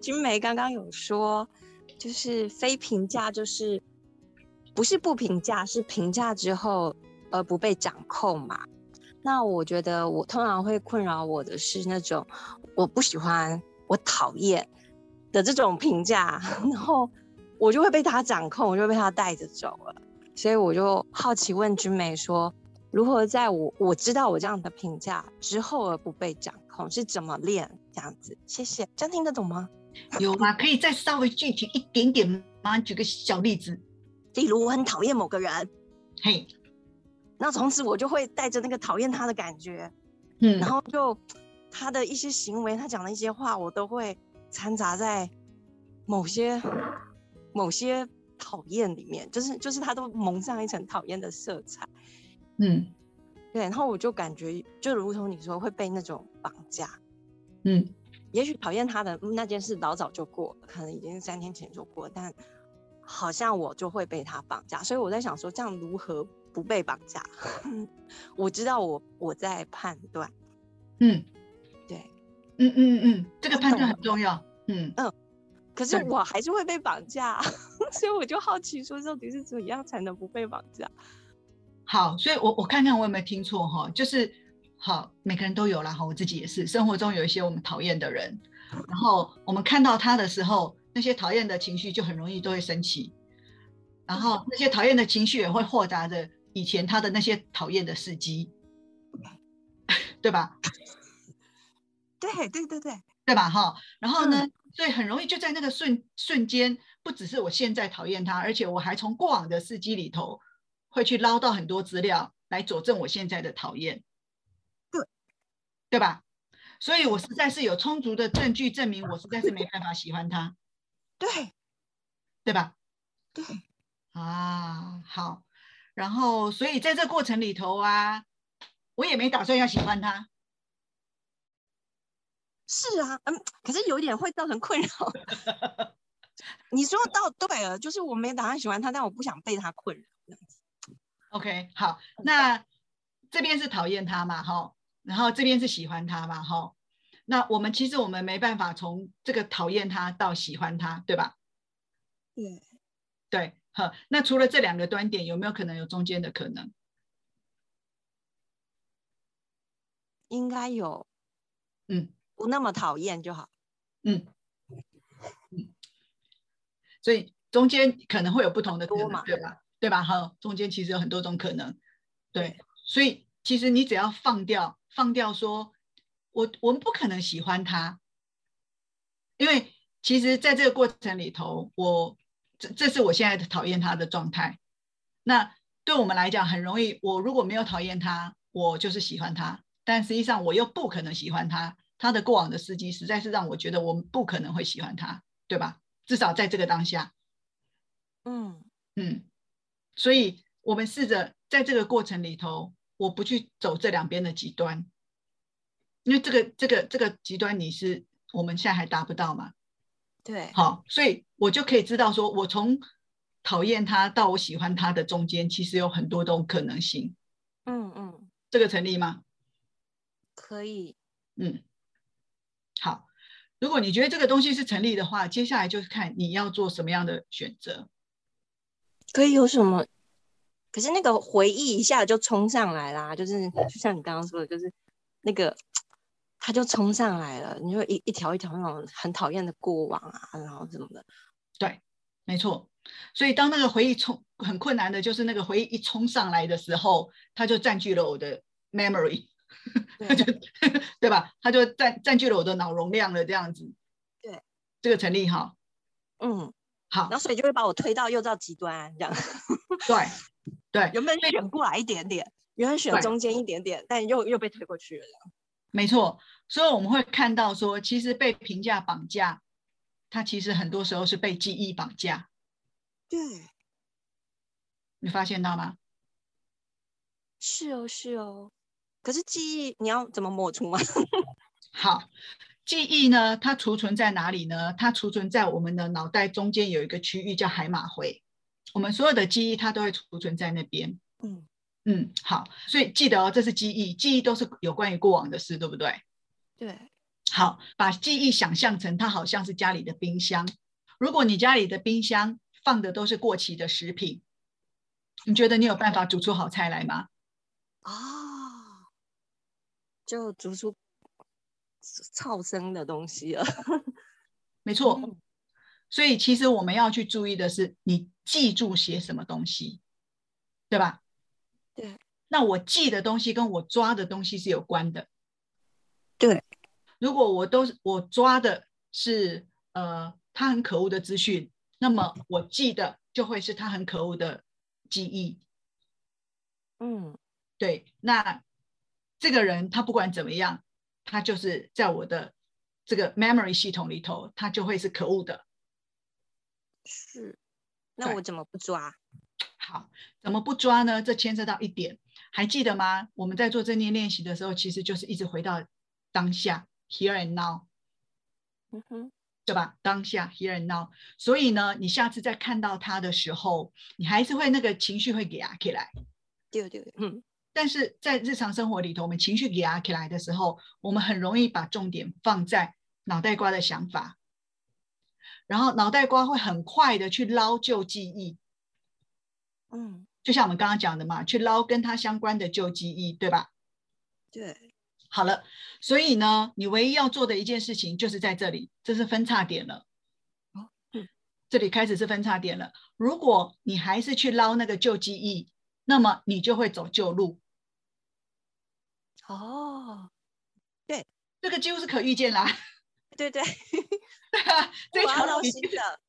君梅刚刚有说，就是非评价，就是不是不评价，是评价之后而不被掌控嘛。那我觉得我通常会困扰我的是那种我不喜欢、我讨厌的这种评价， 然后我就会被他掌控，我就被他带着走了。所以我就好奇问君梅说，如何在我我知道我这样的评价之后而不被掌控，是怎么练这样子？谢谢，这样听得懂吗？有吗？可以再稍微具体一点点吗？举个小例子，例如我很讨厌某个人，嘿，那从此我就会带着那个讨厌他的感觉，嗯然后就他的一些行为，他讲的一些话，我都会掺杂在某些某些讨厌里面，就是就是他都蒙上一层讨厌的色彩。嗯对，然后我就感觉就如同你说会被那种绑架，嗯也许讨厌他的嗯那件事老早就过了，可能已经是三天前就过，但好像我就会被他绑架，所以我在想说，这样如何不被绑架？ 我知道我我在判断，嗯对，嗯嗯嗯，这个判断很重要。嗯，可是对我还是会被绑架， 所以我就好奇说，到底是怎样才能不被绑架？好，所以我我看看我有没有听错哈，就是好，每个人都有啦哈，我自己也是，生活中有一些我们讨厌的人，然后我们看到他的时候，那些讨厌的情绪就很容易都会升起，然后那些讨厌的情绪也会豁达着以前他的那些讨厌的事迹，对吧？对对对对，对吧？哈，然后呢，所以很容易就在那个瞬瞬间，不只是我现在讨厌他，而且我还从过往的事迹里头会去捞到很多资料来佐证我现在的讨厌，对对吧？所以我实在是有充足的证据证明我实在是没办法喜欢他，对对吧？对，啊，好，然后所以在这过程里头啊，我也没打算要喜欢他，是啊，嗯，可是有点会造成困扰。 你说到对了，就是我没打算喜欢他，但我不想被他困扰。 OK，好，那这边是讨厌他嘛，哈，然后这边是喜欢他嘛，哈。那我们其实我们没办法从这个讨厌他到喜欢他，对吧？对。对，呵。那除了这两个端点，有没有可能有中间的可能？应该有，嗯，不那么讨厌就好。嗯，嗯。所以中间可能会有不同的可多能嘛，对吧？对吧？哈，中间其实有很多种可能，对。所以其实你只要放掉，放掉说，我我们不可能喜欢他，因为其实在这个过程里头，我这这是我现在的讨厌他的状态。那对我们来讲很容易，我如果没有讨厌他，我就是喜欢他，但实际上我又不可能喜欢他。他的过往的事迹实在是让我觉得我们不可能会喜欢他，对吧？至少在这个当下，嗯，嗯，所以我们试着在这个过程里头，我不去走这两边的极端，因为这个这个这个极端你是我们现在还达不到嘛，对，好，所以我就可以知道说，我从讨厌他到我喜欢他的中间，其实有很多种可能性，嗯嗯，这个成立吗？可以。嗯，好，如果你觉得这个东西是成立的话，接下来就是看你要做什么样的选择。可以有什么？可是那个回忆一下就冲上来啦，就是就像你刚刚说的，就是那个他就冲上来了，你就一一条一条那种很讨厌的过往啊，然后什么的。没错，所以当那个回忆冲很困难的，就是那个回忆一冲上来的时候，它就占据了我的 memory，它 就对，对吧？它就占占据了我的脑容量了，这样子。对，这个成立哈。嗯，好然，后所以就会把我推到又到极端这样。 对，对，原本选过来一点点，原本选对中间一点点，但又又被推过去了。没错，所以我们会看到说，其实被评价绑架，它其实很多时候是被记忆绑架，对，你发现到吗？是哦，是哦。可是记忆你要怎么抹除 啊？好，记忆呢，它储存在哪里呢？它储存在我们的脑袋中间有一个区域叫海马回，我们所有的记忆它都会储存在那边。嗯，嗯，好，所以记得哦，这是记忆，记忆都是有关于过往的事，对不对？对，好，把记忆想象成它好像是家里的冰箱。如果你家里的冰箱放的都是过期的食品，你觉得你有办法煮出好菜来吗？哦，就煮出超生的东西了。 没错。嗯所以其实我们要去注意的是，你记住些什么东西，对吧？对。那我记的东西跟我抓的东西是有关的。对。如果我都是我抓的是呃他很可恶的资讯，那么我记的就会是他很可恶的记忆。嗯，对，那这个人他不管怎么样，他就是在我的这个 memory 系统里头，他就会是可恶的。是。那对我怎么不抓？好，怎么不抓呢？这牵涉到一点，还记得吗？我们在做正念练习的时候，其实就是一直回到当下 （here and now），嗯哼，对吧？当下 （here and now）。所以呢，你下次再看到他的时候，你还是会那个情绪会给压起来。对对对，嗯，但是在日常生活里头，我们情绪给压起来的时候，我们很容易把重点放在脑袋瓜的想法，然后脑袋瓜会很快的去捞旧记忆，嗯，就像我们刚刚讲的嘛，去捞跟它相关的旧记忆，对吧？对，好了，所以呢，你唯一要做的一件事情就是在这里，这是分叉点了哦嗯。这里开始是分叉点了。如果你还是去捞那个旧记忆，那么你就会走旧路。哦，这个几乎是可预见啦。对 对，这我要条捞路已新经的，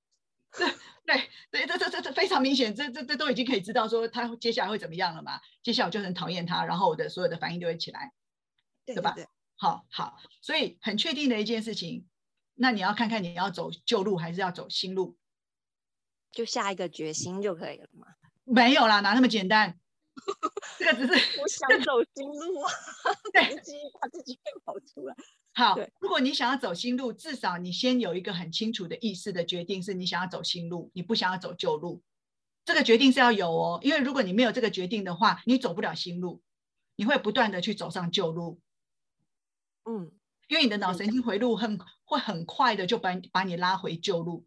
对对，这这这这非常明显，这这这都已经可以知道说他接下来会怎么样了嘛。接下来我就很讨厌他，然后我的所有的反应都会起来。对对吧对，好好，所以很确定的一件事情，那你要看看你要走旧路还是要走新路？就下一个决心就可以了嘛。没有啦，哪那么简单？这个只是我 想走新路 啊，对记忆把自己给跑出来。好对。如果你想要走新路，至少你先有一个很清楚的意识的决定，是你想要走新路，你不想要走旧路。这个决定是要有哦，因为如果你没有这个决定的话，你走不了新路，你会不断的去走上旧路，嗯，因为你的脑嗯神经回路很会很快的就把你把你拉回旧路。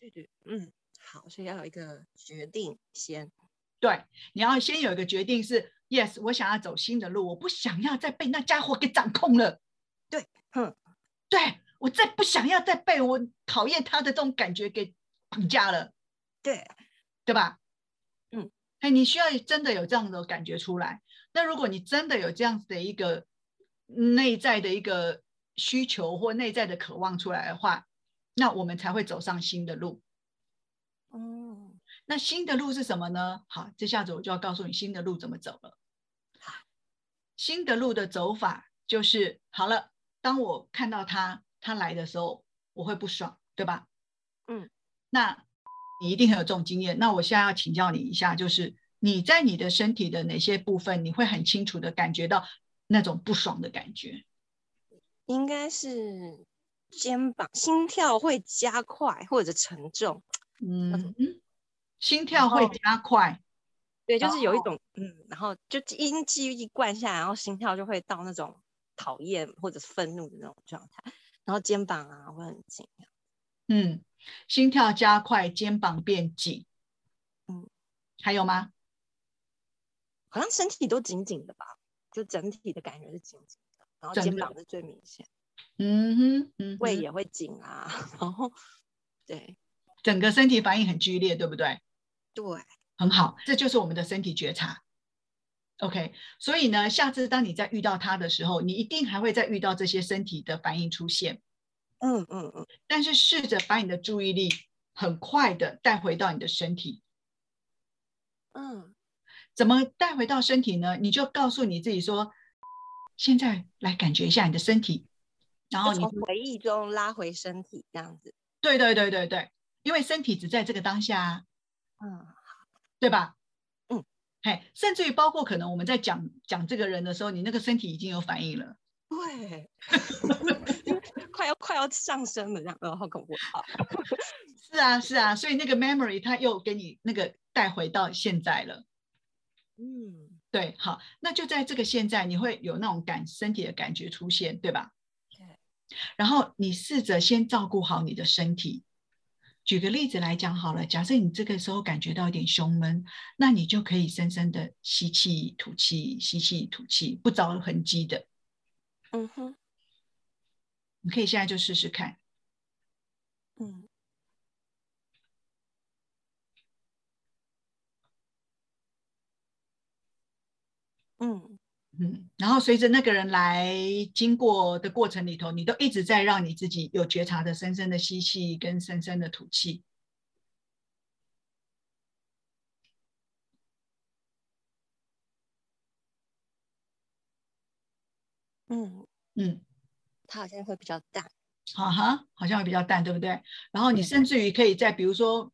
对对，嗯，好，所以要有一个决定先。对，你要先有一个决定是，yes，我想要走新的路，我不想要再被那家伙给掌控了。对，哼，对我再不想要再被我讨厌他的这种感觉给绑架了，对，对吧？嗯，哎，你需要真的有这样的感觉出来。那如果你真的有这样子的一个内在的一个需求或内在的渴望出来的话，那我们才会走上新的路。嗯，那新的路是什么呢？好，这下子我就要告诉你新的路怎么走了。新的路的走法就是，好了，当我看到他他来的时候，我会不爽，对吧？嗯，那你一定很有这种经验。那我现在要请教你一下，就是你在你的身体的哪些部分，你会很清楚的感觉到那种不爽的感觉？应该是肩膀心跳会加快或者沉重，嗯，心跳会加快，对，就是哦有一种嗯，然后就已经记忆灌下来，然后心跳就会到那种讨厌或者是愤怒的那种状态，然后肩膀啊会很紧，嗯，心跳加快，肩膀变紧，嗯，还有吗？好像身体都紧紧的吧，就整体的感觉是紧紧的，然后真肩的膀是最明显，嗯哼，嗯胃哼也会紧啊，然后对整个身体反应很剧烈，对不对？对，很好，这就是我们的身体觉察。OK，所以呢，下次当你再遇到它的时候，你一定还会再遇到这些身体的反应出现，嗯嗯嗯，但是试着把你的注意力很快的带回到你的身体。嗯，怎么带回到身体呢？你就告诉你自己说，现在来感觉一下你的身体，然后就你从回忆中拉回身体这样子，对对对对对，因为身体只在这个当下、啊，嗯，对吧？嗯，嘿，甚至于包括可能我们在讲讲这个人的时候，你那个身体已经有反应了。对， 快要快要上升了，这样，呃，好恐怖啊！是啊，是啊，所以那个 memory 它又给你那个带回到现在了。嗯，对，好，那就在这个现在，你会有那种感身体的感觉出现，对吧？对。然后你试着先照顾好你的身体。举个例子来讲好了，假设你这个时候感觉到有点胸闷，那你就可以深深的吸气、吐气、吸气、吐气，不着痕迹的。嗯哼，你可以现在就试试看。嗯，嗯，嗯，然后随着那个人来经过的过程里头，你都一直在让你自己有觉察的深深的吸气跟深深的吐气。嗯，嗯，它好像会比较淡。啊哈，好像会比较淡，对不对？然后你对甚至于可以在比如说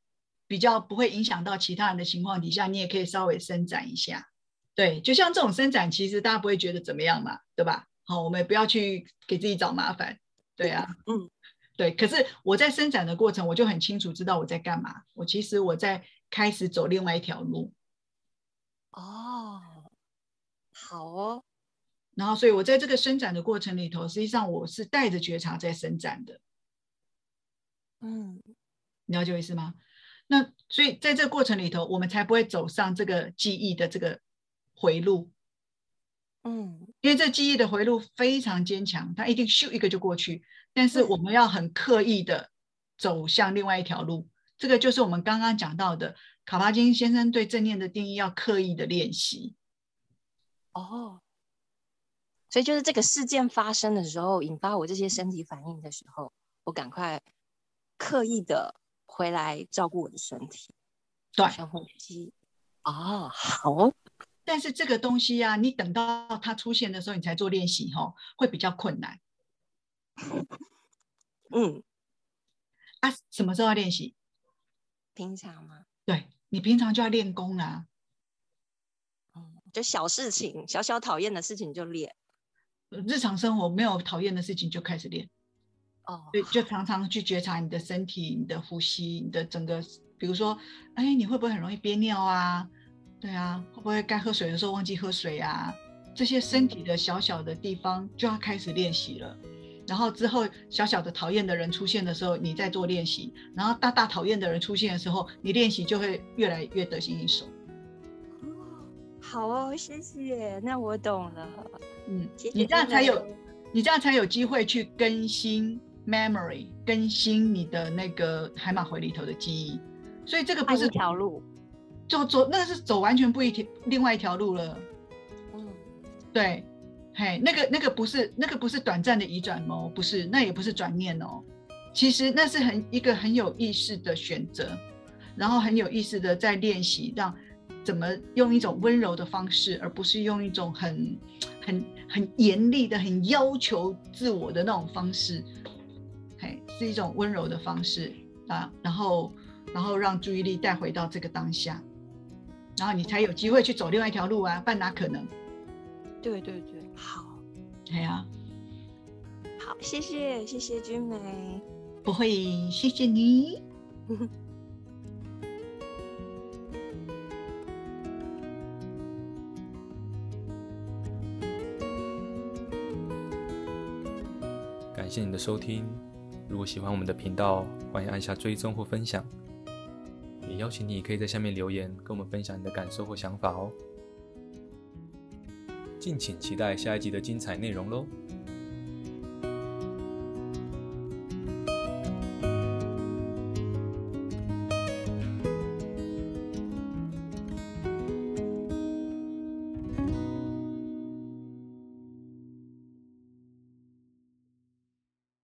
比较不会影响到其他人的情况底下，你也可以稍微伸展一下。对，就像这种伸展，其实大家不会觉得怎么样嘛，对吧？好，我们也不要去给自己找麻烦。对啊，嗯，对。可是我在伸展的过程，我就很清楚知道我在干嘛。我其实我在开始走另外一条路，哦，好哦，然后所以我在这个伸展的过程里头，实际上我是带着觉察在伸展的。嗯，你了解我意思吗？那所以在这个过程里头，我们才不会走上这个记忆的这个回路，嗯，因为这记忆的回路非常坚强，它一定咻一个就过去。但是对我们要很刻意的走向另外一条路，这个就是我们刚刚讲到的卡巴金先生对正念的定义，要刻意的练习。哦，所以就是这个事件发生的时候，引发我这些身体反应的时候，我赶快刻意的回来照顾我的身体，对，深呼吸。哦，好哦，但是这个东西啊，你等到它出现的时候，你才做练习，吼，会比较困难嗯，啊。什么时候要练习？平常嘛，对你平常就要练功啊啦、嗯，就小事情，小小讨厌的事情就练。日常生活没有讨厌的事情就开始练，哦，对，就常常去觉察你的身体、你的呼吸、你的整个，比如说，哎，你会不会很容易憋尿啊？对啊，会不会该喝水的时候忘记喝水啊？这些身体的小小的地方就要开始练习了。然后之后小小的讨厌的人出现的时候，你再做练习；然后大大讨厌的人出现的时候，你练习就会越来越得心应手。哦好哦，谢谢，那我懂了，嗯谢，谢你这样才有真的，你这样才有机会去更新 memory，更新你的那个海马回里头的记忆。所以这个不换一是条路。就走，那个是走完全不一条另外一条路了。嗯，对，嘿，那个那个不是那个不是短暂的移转哦，不是，那也不是转念哦。其实那是很一个很有意识的选择，然后很有意识的在练习，让怎么用一种温柔的方式，而不是用一种很很很严厉的、很要求自我的那种方式，嘿，是一种温柔的方式啊。然后，然后让注意力带回到这个当下，然后你才有机会去走另外一条路啊，不然哪可能？对对对，好，哎呀、好，谢谢，谢谢君梅。不会，谢谢你。感谢你的收听。如果喜欢我们的频道，欢迎按下追踪或分享。也邀请你可以在下面留言，跟我们分享你的感受或想法哦。敬请期待下一集的精彩内容喽！